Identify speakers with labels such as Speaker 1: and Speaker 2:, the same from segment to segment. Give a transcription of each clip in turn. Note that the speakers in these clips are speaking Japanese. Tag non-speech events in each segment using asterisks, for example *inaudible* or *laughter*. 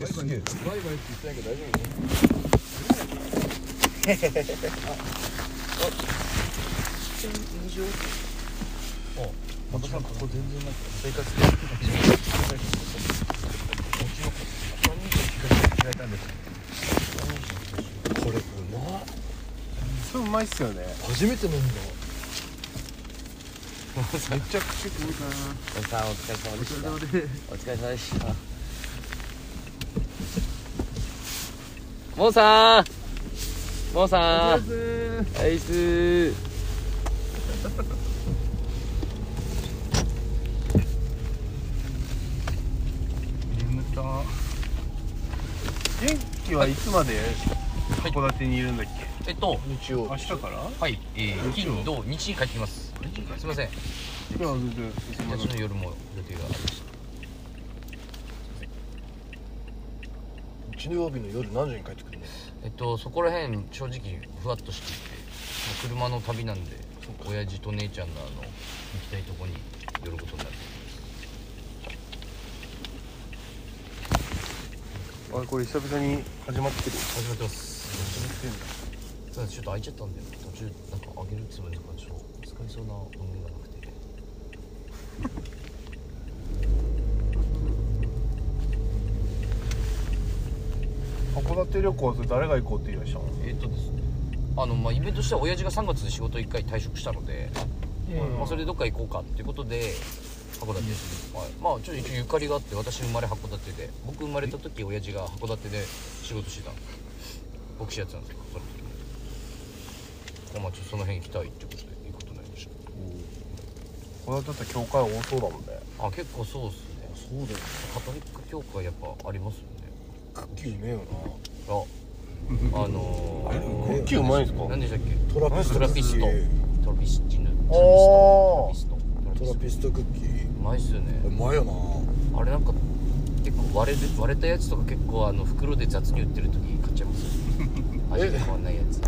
Speaker 1: やすげえ
Speaker 2: バイバイって言ってないけど大丈夫あ、またさんここ全然なんか生活でこれうまっ
Speaker 3: それうまいっすよね
Speaker 2: 初めて飲んだ
Speaker 3: めちゃくちゃ食うかな
Speaker 4: お疲れ様お疲れ様でした。
Speaker 3: それで
Speaker 4: お疲れ様でした。モンさん。モンさん。アイス。
Speaker 3: 眠た元気はいつまで函館にいるんだっけ
Speaker 4: えっと、
Speaker 2: 日曜
Speaker 3: 明日から
Speaker 4: はい、えー、金土日に帰ってきます。すみませ
Speaker 3: いや
Speaker 4: ん。
Speaker 3: 全然
Speaker 4: じゃあちょっと夜も予定がありまし
Speaker 2: 日曜日の夜何時に帰ってくるの
Speaker 4: えっと、そこら辺正直ふわっとしていて、まあ車の旅なんで、親父と姉ちゃんのあの行きたいとこに寄ることになる。
Speaker 3: あこれ久々に始まってる
Speaker 4: 始まってます。ただちょっと空いちゃったんで途中なんかあげるつもりだからちょっと使いそうな思いがなくて
Speaker 3: 函館旅行はそれ誰が行こうって言いましたの
Speaker 4: えっ、とですねあのまあイベントしては親父が3月で仕事1回退職したので、まあ、それでどっか行こうかっていうことで函館です、はい、まあちょっと一応ゆかりがあって私生まれ函館で僕生まれた時親父が函館で仕事してたんでボクシーやってたんですよその時もまあちょっとその辺行きたいってことで行くことになりまし
Speaker 3: 函館だったら教会多そうだもんね
Speaker 4: たあ結構そうっすね
Speaker 2: そうだよ
Speaker 4: カトリック教会やっぱありますよね
Speaker 2: クッキーうめえよ
Speaker 4: あ、あのー、
Speaker 2: クッ
Speaker 3: キーうまいんですか
Speaker 4: 何でしたっけ
Speaker 2: なトラピス
Speaker 4: トラピスト
Speaker 2: ト
Speaker 4: トラピスチヌ
Speaker 3: あー
Speaker 4: トラピストトラ
Speaker 2: ラ
Speaker 4: ピスト
Speaker 2: ピストクッキー
Speaker 4: うまいっすよね
Speaker 2: うまいよな
Speaker 4: あれなんか結構割れて割れたやつとか結構あの袋で雑に売ってる時買っちゃいますよ味が変わんないやつ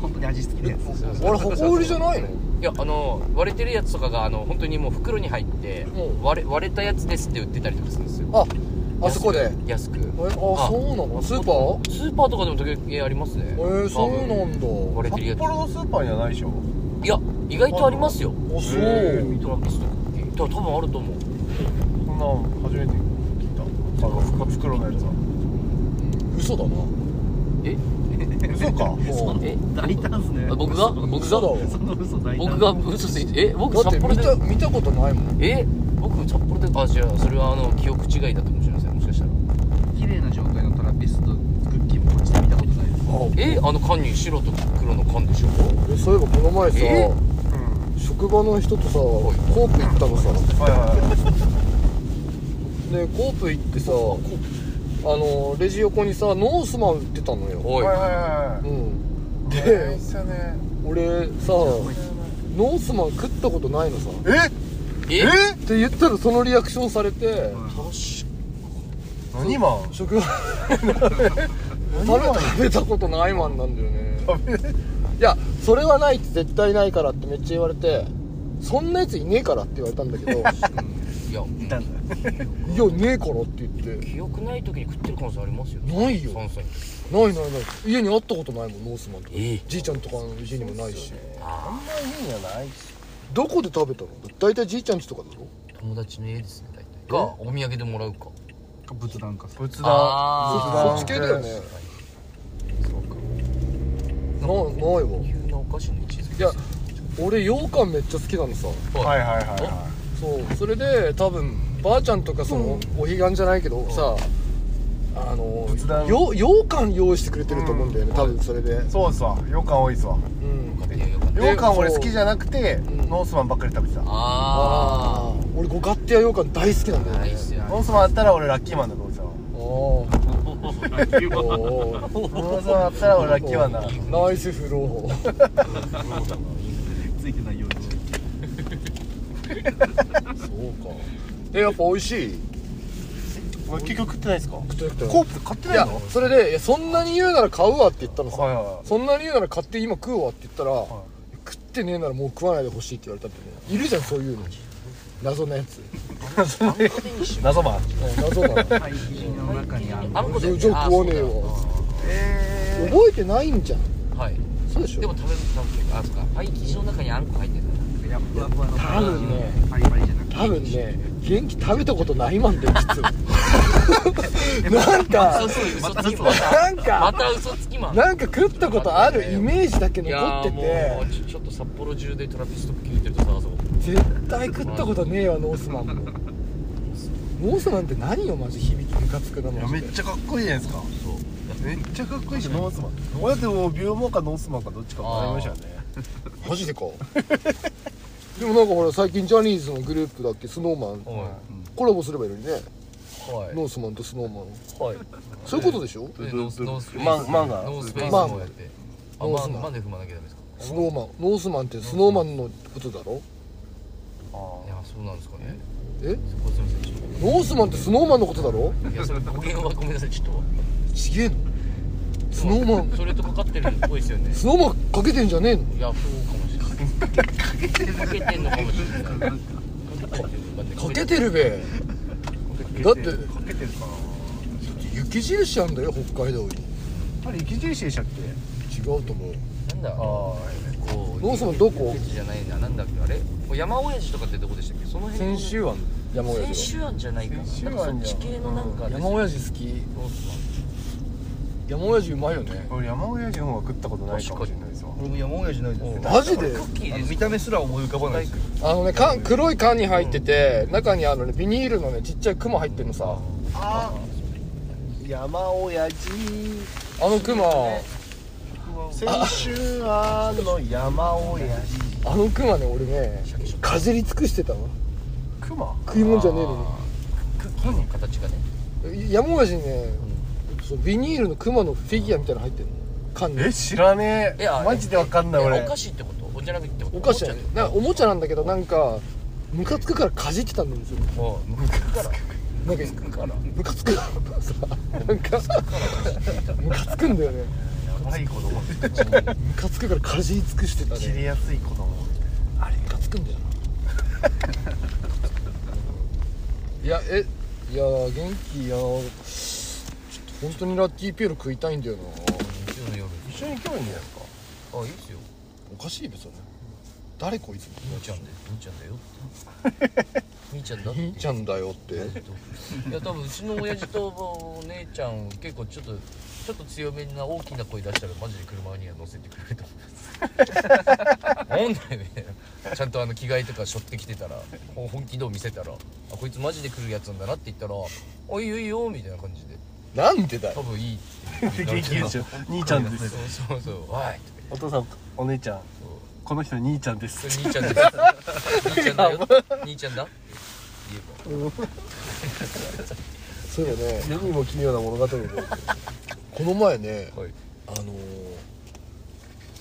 Speaker 1: 本当に味好きなやつですよ
Speaker 2: あれ箱売りじゃないの
Speaker 4: いやあの割れてるやつとかがあの本当にもう袋に入って
Speaker 2: うん
Speaker 4: 割れ割れたやつですって売ってたりとかするんですよ
Speaker 2: ああそこでえ
Speaker 4: 安く安く
Speaker 2: あそうなのスーパー
Speaker 4: スーパーとかでも時々ありますね
Speaker 2: えー、そうなんだ
Speaker 4: 割れてるや
Speaker 3: 札
Speaker 4: つ
Speaker 3: 幌のスーパーにはないでしょ
Speaker 4: いや意外とありますよ
Speaker 2: あそう、
Speaker 3: へー
Speaker 4: トラピストクッキー多分あると思う
Speaker 3: そんなの初めて聞いたあの袋のやつは
Speaker 2: 嘘だな
Speaker 4: え
Speaker 3: 嘘か
Speaker 2: うん
Speaker 4: え
Speaker 1: 大胆っすね
Speaker 4: あ僕が僕が
Speaker 2: 嘘だわ
Speaker 1: その嘘大胆
Speaker 4: 僕が嘘ついてえ僕
Speaker 2: だっ
Speaker 4: 札
Speaker 2: て
Speaker 4: 幌
Speaker 2: 見
Speaker 4: で
Speaker 2: た見たことないもん
Speaker 4: え僕札幌であ違うそれはあの記憶違いだったかもしれませんもしかしたら
Speaker 1: 綺麗な状態のトラピストクッキーもこっちで見たことないで
Speaker 4: え
Speaker 2: あ
Speaker 1: す
Speaker 4: あの缶に白と黒の缶でしょ
Speaker 2: 俺そういえばこの前さ
Speaker 4: え
Speaker 3: うん
Speaker 2: 職場の人とさコープ行ったのさ
Speaker 3: はいはいはい
Speaker 2: でコープ行ってさあのレジ横にさノースマン売ってたのよ
Speaker 4: おい
Speaker 3: はいは
Speaker 2: うん
Speaker 3: いはいはい
Speaker 2: で
Speaker 3: っすよね
Speaker 2: 俺さノースマン食ったことないのさっ
Speaker 3: え
Speaker 4: え
Speaker 2: て言ったらそのリアクションされて
Speaker 4: 確
Speaker 3: 何マン
Speaker 2: 食食べ食べたことないマンなんだよね
Speaker 3: 食べれ
Speaker 2: いやそれはないって絶対ないからってめっちゃ言われてそんなやついねえからって言われたん
Speaker 4: *laughs*
Speaker 2: だけどい
Speaker 4: いやうん
Speaker 1: たんだ
Speaker 2: やねえからって言って
Speaker 4: 記憶ない時に食ってる可能性ありますよ
Speaker 2: ないよ
Speaker 4: 3歳の
Speaker 2: ないないない家にあったことないもんノースマンとか
Speaker 4: え
Speaker 2: じいちゃんとかの家にもないし
Speaker 3: あんま意味がないし
Speaker 2: どこで食べたの大体じいちゃん家とかだろ
Speaker 4: 友達の家ですね大体がお土産でもらうか
Speaker 1: 仏壇かさ
Speaker 3: 仏
Speaker 4: あー
Speaker 2: そっち系だよね
Speaker 4: そうか
Speaker 2: なないわ
Speaker 4: 急なお菓子の位置づけ
Speaker 2: いや俺羊羹めっちゃ好きなのさ
Speaker 3: はいはいはいは
Speaker 2: そうそれで多分ばあちゃんとかその、お彼岸じゃないけどさあの
Speaker 3: 仏壇
Speaker 2: よ羊羹用意してくれてると思うんだよね、多分それで、
Speaker 3: いそうっすわ羊羹多いっすわ
Speaker 2: うん
Speaker 4: 家庭よかった
Speaker 3: 羊羹俺好きじゃなくて
Speaker 2: ん
Speaker 3: ノースマンばっかり食べてた
Speaker 4: あ
Speaker 2: あ俺五勝手屋羊羹大好きなんだ
Speaker 4: あ
Speaker 2: よ
Speaker 4: ない
Speaker 2: ね
Speaker 4: っすよ
Speaker 3: ノースマンあったら俺ラッキーマンだと思ってたわ
Speaker 2: あーおー
Speaker 3: ノースマンあったら俺ラッキーマンだな
Speaker 2: ナイスフロー
Speaker 1: ついてないように
Speaker 2: そうかえやっぱ美味しい
Speaker 3: 俺結局食ってないっすかコ
Speaker 2: コ
Speaker 3: ープ買って
Speaker 2: い
Speaker 3: ない
Speaker 2: や
Speaker 3: の
Speaker 2: それでいやそんなに言うなら買うわって言ったのさ、
Speaker 3: はいは
Speaker 2: そんなに言うなら買って今食うわって言ったら、
Speaker 3: い
Speaker 2: 食ってねえならもう食わないでほしいって言われたんだよねいるじゃんそういうの謎のやつ
Speaker 4: あんこデニッシュ
Speaker 3: 謎マン
Speaker 4: *laughs*
Speaker 2: 謎だな覚
Speaker 1: パイ生地の中にある
Speaker 4: あんこだよね
Speaker 2: じゃあ
Speaker 4: あ
Speaker 2: 食わねえ
Speaker 4: そうだ
Speaker 2: わ
Speaker 3: え
Speaker 2: えてないんじゃん
Speaker 4: うんはい
Speaker 2: そうでしょ
Speaker 4: でも食べ食べてあそっかパイ生地の中にあんこ入ってんだな
Speaker 1: ふやふわふわのパイ生地の
Speaker 2: 多分ね
Speaker 1: パリパリじゃなくて
Speaker 2: 多分ね元気食べたことないまん
Speaker 4: *laughs*
Speaker 2: で実なんか
Speaker 4: そうそう嘘つきマン
Speaker 2: なん
Speaker 4: ま
Speaker 2: か
Speaker 4: た嘘つきマン
Speaker 2: なんか食ったことあるイメージだけ
Speaker 4: いや
Speaker 2: 残って
Speaker 4: ーもう
Speaker 2: て
Speaker 4: ちょちょっと札幌中でトラピスト聞いてると探そう
Speaker 2: 絶対食ったことねえわノー
Speaker 4: *laughs*
Speaker 2: スマンもノースマンって何よマジ響きムカつくない
Speaker 3: や
Speaker 2: マ
Speaker 3: め
Speaker 2: ジ
Speaker 3: っ
Speaker 2: で
Speaker 3: ちゃかっこいいじゃないですか
Speaker 4: そう
Speaker 3: めっちゃかっこいいしノースマン俺だってもうビューモーかノースマンかどっちか迷いましたよね
Speaker 2: マジでか *laughs* でもなんかほら最近ジャニーズのグループだっけスノーマン
Speaker 4: はい
Speaker 2: コラボすればいいのにね
Speaker 4: はい
Speaker 2: ノースマンとスノーマン
Speaker 4: はい
Speaker 2: そういうことでしょ
Speaker 4: でノースノースフェイス
Speaker 3: マンマンが
Speaker 4: ノースフェイス
Speaker 2: マン
Speaker 4: もやってあ
Speaker 2: ノー
Speaker 4: マ
Speaker 2: スマン
Speaker 4: ンマンで踏まなきゃダメですか
Speaker 2: スノーマンノースマンってスノーマンのことだろ
Speaker 3: あ
Speaker 4: いやそうなんですかね
Speaker 2: え
Speaker 4: そこはすみませんちょっ
Speaker 2: ノースマンってスノーマンのことだろ
Speaker 4: といやそれ語源はごめんなさいちょっと
Speaker 2: ちげえのスノーマン
Speaker 4: それとかかってるっぽいですよね
Speaker 2: スノーマンかけてんじゃねえの
Speaker 4: いやそうかもしれないかけてんのかもしれない
Speaker 2: かけてるべだって
Speaker 3: かけてるかな
Speaker 2: 雪印あんだよ北海道に
Speaker 3: あれ生き印でしたっけ
Speaker 2: 違うと思
Speaker 4: な
Speaker 2: う
Speaker 4: んだ
Speaker 3: あ
Speaker 4: こう
Speaker 2: ノースマンどこ
Speaker 4: フェチじゃないななんだっけあれこう山親父とかってどこでしたっけその辺の
Speaker 3: は
Speaker 2: 山親
Speaker 4: 先
Speaker 2: 父
Speaker 4: 週案じゃないかな
Speaker 3: 先週
Speaker 4: な
Speaker 3: 案
Speaker 4: ん
Speaker 3: じゃん
Speaker 4: かそっち系のなんか
Speaker 2: は
Speaker 4: です
Speaker 2: 山
Speaker 4: よ
Speaker 2: 親父好き
Speaker 4: ノースマン
Speaker 2: 山親父うまいよね
Speaker 3: 俺山親父の方が食ったことないかもしれないですわ
Speaker 1: 俺も山親じゃないですよ
Speaker 2: マジで
Speaker 4: クッキー
Speaker 1: あ
Speaker 4: で
Speaker 1: の
Speaker 4: す
Speaker 1: 見た目すら思い浮かばないですよ
Speaker 2: あのね缶黒い缶に入ってて中にあのねビニールのねちっちゃいクマ入ってるのさ
Speaker 3: あ山親父
Speaker 2: あのクマ
Speaker 3: 先週あの山親父
Speaker 2: あのクマね俺ねかじり尽くしてたわ
Speaker 3: クマ
Speaker 2: 食い物じゃねえのに
Speaker 4: あークッキーの形がね
Speaker 2: 山親父ね、そうビニールのクマのフィギュアみたいなの入ってるの缶に
Speaker 3: え知らね
Speaker 4: い
Speaker 3: え
Speaker 4: や
Speaker 3: マジでわかんない
Speaker 4: え
Speaker 3: 俺
Speaker 4: お菓子ってことおじゃなくてってこと
Speaker 2: お菓子やねなんかおもちゃなんだけどなんかムカつくからかじってたんですよ
Speaker 4: もうむから
Speaker 2: なんか
Speaker 4: から
Speaker 2: ムカつくさなんかムカつくんだよね
Speaker 3: やばい子供
Speaker 2: ムカつくからかじり尽くしてた
Speaker 3: 切れ
Speaker 2: ね
Speaker 3: やすい子供
Speaker 2: あれムカつくんだよな *laughs* いやえいや元気いやちょっと本当にラッキーピエロ食いたいんだよな
Speaker 4: 日曜の夜
Speaker 3: 一緒に今日いいんじゃないですか
Speaker 4: あいいっすよ
Speaker 2: おかしいべそれ誰こいつ
Speaker 4: みーちゃんでみーちゃんだよ *laughs* ってみーちゃんだって
Speaker 2: 兄ちゃんだよって
Speaker 4: *laughs* いや多分うちの親父とお姉ちゃん結構ちょっとちょっと強めな大きな声出したらマジで車には乗せてくれると *laughs* 思いますなんだよねちゃんとあの着替えとか背負ってきてたらほ本気度を見せたらあこいつマジで来るやつなんだなって言ったら「あいいよいいよ」みたいな感じで
Speaker 2: なんでだよ
Speaker 4: 多分いいって言
Speaker 3: 元気でしょ兄ちゃんで
Speaker 4: そう
Speaker 3: す
Speaker 4: そうそう「わい」
Speaker 3: お
Speaker 4: とか
Speaker 3: 父さんお姉ちゃんこの人兄ちゃんです
Speaker 4: 言って「兄ちゃん
Speaker 3: *laughs*
Speaker 4: です」「兄ちゃんだよ」「兄ちゃんだ」言えば
Speaker 2: そうよね
Speaker 3: 世にも奇妙な物語で *laughs*
Speaker 2: この前ね
Speaker 4: はい
Speaker 2: あのー、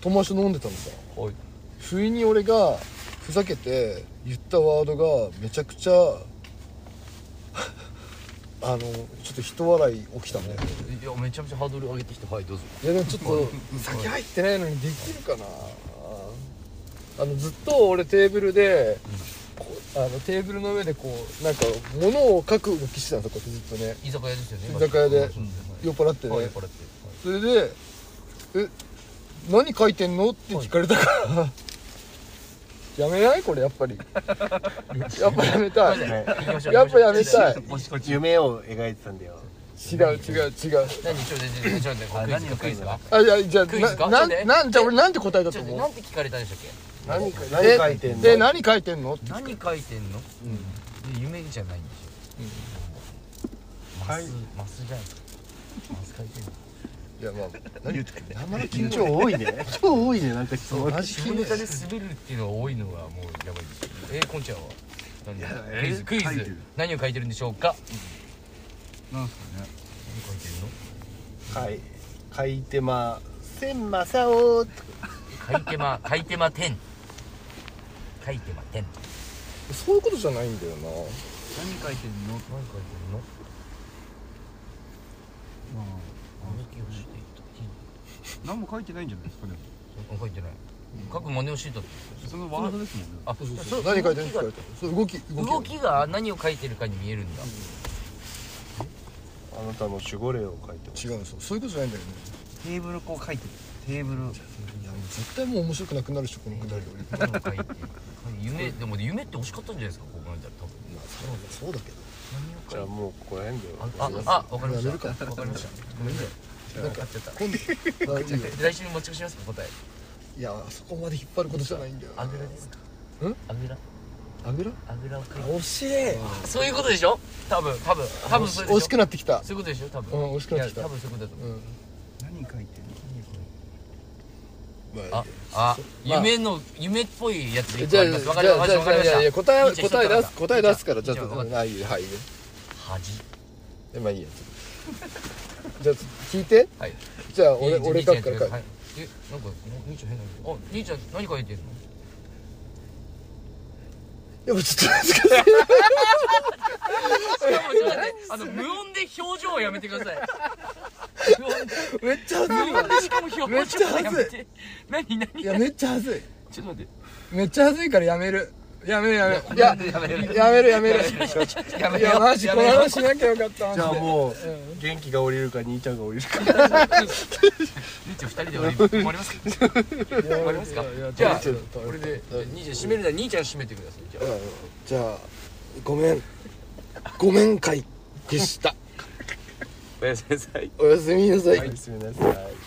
Speaker 2: 友達と飲んでたのさ
Speaker 4: はい
Speaker 2: 不意に俺がふざけて言ったワードがめちゃくちゃ *laughs* あのちょっと人笑い起きたね
Speaker 4: いやめちゃめちゃハードル上げてきてはいどうぞ
Speaker 2: いやでもちょっと酒入ってないのにできるかなあのずっと俺テーブルで、こうあのテーブルの上でこうなんか物を書く動きしてたのとかってずっとね
Speaker 4: 居酒屋ですよね
Speaker 2: 居酒屋で
Speaker 4: そうですね
Speaker 2: 酔っ払ってね、
Speaker 4: はい酔っ払って
Speaker 2: それで「え何書いてんの?」って聞かれたから、やめないこれやっぱりやっぱやめたいやっぱやめたい
Speaker 3: 夢を描いてたんだよ
Speaker 2: 違う違う違
Speaker 4: 何
Speaker 2: う
Speaker 4: ちょちょちょちょちょク
Speaker 1: あ
Speaker 4: イズ
Speaker 1: 何
Speaker 4: か
Speaker 1: を
Speaker 4: クイズか
Speaker 2: あいやじゃあ
Speaker 4: クイズか
Speaker 2: な
Speaker 4: ちょっと
Speaker 2: な
Speaker 4: ね
Speaker 2: なんじゃあ俺なんて答えだ
Speaker 4: ち
Speaker 2: と
Speaker 4: ょっと
Speaker 2: 思う
Speaker 4: 何て聞かれたんでしたっ
Speaker 3: 何か
Speaker 2: え
Speaker 3: 何書いてんの
Speaker 2: え何書いてんのって
Speaker 4: け何書いてんので夢じゃないんでしょマ
Speaker 3: はい
Speaker 4: スマスじゃないですかマス書いてんの
Speaker 2: いやまあ何生の緊
Speaker 3: 緊
Speaker 2: 張
Speaker 3: 張多いね *laughs* 今日多いねなんか質問
Speaker 2: マジ
Speaker 4: 下ネタで滑るっていうのが多いのがもうやばいですよえーこんちゃんは何クイズクイ
Speaker 1: 書いて
Speaker 4: ズ
Speaker 1: る
Speaker 4: 何を書いてるんでしょうか
Speaker 1: なんすかね
Speaker 4: 何書いてるの
Speaker 3: はい書いてませんまさお
Speaker 4: 書いてま、 *laughs* 書いてま天。書いてま天。
Speaker 2: そういうことじゃないんだよな
Speaker 1: 何書いてんの
Speaker 4: 何書いてるの。
Speaker 1: まあ
Speaker 4: 何書いて
Speaker 1: 何も書いてないんじゃないですかね
Speaker 4: 書いてない。各マネをシートって
Speaker 1: そのワードですもんね
Speaker 4: あ
Speaker 2: そうそうそう何書いてるんですかそう動き動き
Speaker 4: 動きが何を書いてるかに見えるんだ、
Speaker 3: あなたの守護霊を書いてます
Speaker 2: 違うんですよそういうことじゃないんだよね
Speaker 1: テーブルこう書いてるテーブル
Speaker 2: いやもう絶対もう面白くなくなるでしょこのくだり俺
Speaker 4: 何を書いてるか夢でも夢って欲しかったんじゃないですかここまでだったら
Speaker 2: まあそうだそうだけど
Speaker 3: じゃあもうここら辺で
Speaker 4: 多分何を書いてあああわかりま
Speaker 2: やめる
Speaker 4: し
Speaker 2: か
Speaker 4: たわかりました
Speaker 2: ごめんねなんか今度あいいよ
Speaker 4: 来週に持ち越しますか答え
Speaker 2: いやあそこまで引っ張ることじゃないんだよな
Speaker 4: あぐらですか
Speaker 2: うん
Speaker 4: あぐら
Speaker 2: あぐら
Speaker 4: あぐらを書いて
Speaker 2: 惜しい
Speaker 4: そういうことでしょ多分多分多分それでしょ
Speaker 2: 惜しくなってきた
Speaker 4: そういうことでしょ多分
Speaker 2: うん惜しくなってきた
Speaker 4: いや多分そういうことだと思
Speaker 2: う
Speaker 4: うん
Speaker 1: 何書いてる
Speaker 2: ま
Speaker 4: ああ
Speaker 2: まあ
Speaker 4: 夢の夢っぽいやつ
Speaker 2: じゃ
Speaker 4: 一
Speaker 2: あ
Speaker 4: 個あ
Speaker 2: じゃ
Speaker 4: り
Speaker 2: あ
Speaker 4: ます
Speaker 2: じゃ
Speaker 4: わかりま
Speaker 2: あ
Speaker 4: したわかりまし
Speaker 2: じゃ
Speaker 4: た
Speaker 2: あいや答え
Speaker 4: いいじゃん一緒
Speaker 2: 答え
Speaker 4: に
Speaker 2: 出す答え出すから
Speaker 4: じ
Speaker 2: じ
Speaker 4: ゃあ
Speaker 2: ゃあちょっと
Speaker 4: わか
Speaker 2: う
Speaker 4: っ
Speaker 2: んはいはい
Speaker 4: 恥
Speaker 2: でまあいいやつじゃあ聞いて
Speaker 4: はい
Speaker 2: じゃあ
Speaker 4: いい
Speaker 2: 俺
Speaker 4: じゃん
Speaker 2: 俺書くから書い
Speaker 4: はいえなんか兄ちゃん変だけどあ兄ちゃん何書いてるの
Speaker 2: やっぱちょっと恥ずかしい
Speaker 4: でもちょっと待ってあの無音で表情はやめてください *laughs* 無音で
Speaker 2: めっちゃ恥
Speaker 4: 無音でしかも表情はやめて何何
Speaker 2: いやめっちゃ恥ずい
Speaker 4: ちょっと待って
Speaker 2: めっちゃ恥ずいからやめるやめるやめるいや
Speaker 4: やめるやめる
Speaker 2: やめるやめる
Speaker 4: やめ
Speaker 2: い
Speaker 4: よう
Speaker 2: やマジ
Speaker 4: や
Speaker 2: この
Speaker 4: めよう
Speaker 2: 話しなきゃよかったマ
Speaker 3: じ
Speaker 2: ジで
Speaker 3: ゃあもう元気が降りるか兄ちゃんが降りるか
Speaker 4: 兄ちゃん二人で終わり終わりますか終わりますかじゃあこれで兄ちゃん閉めるなら兄ちゃん閉めてくださいじゃあ
Speaker 2: うんじゃあごめんごめん会でした
Speaker 4: おやすみなさい
Speaker 2: おやすみなさい
Speaker 3: はいすみません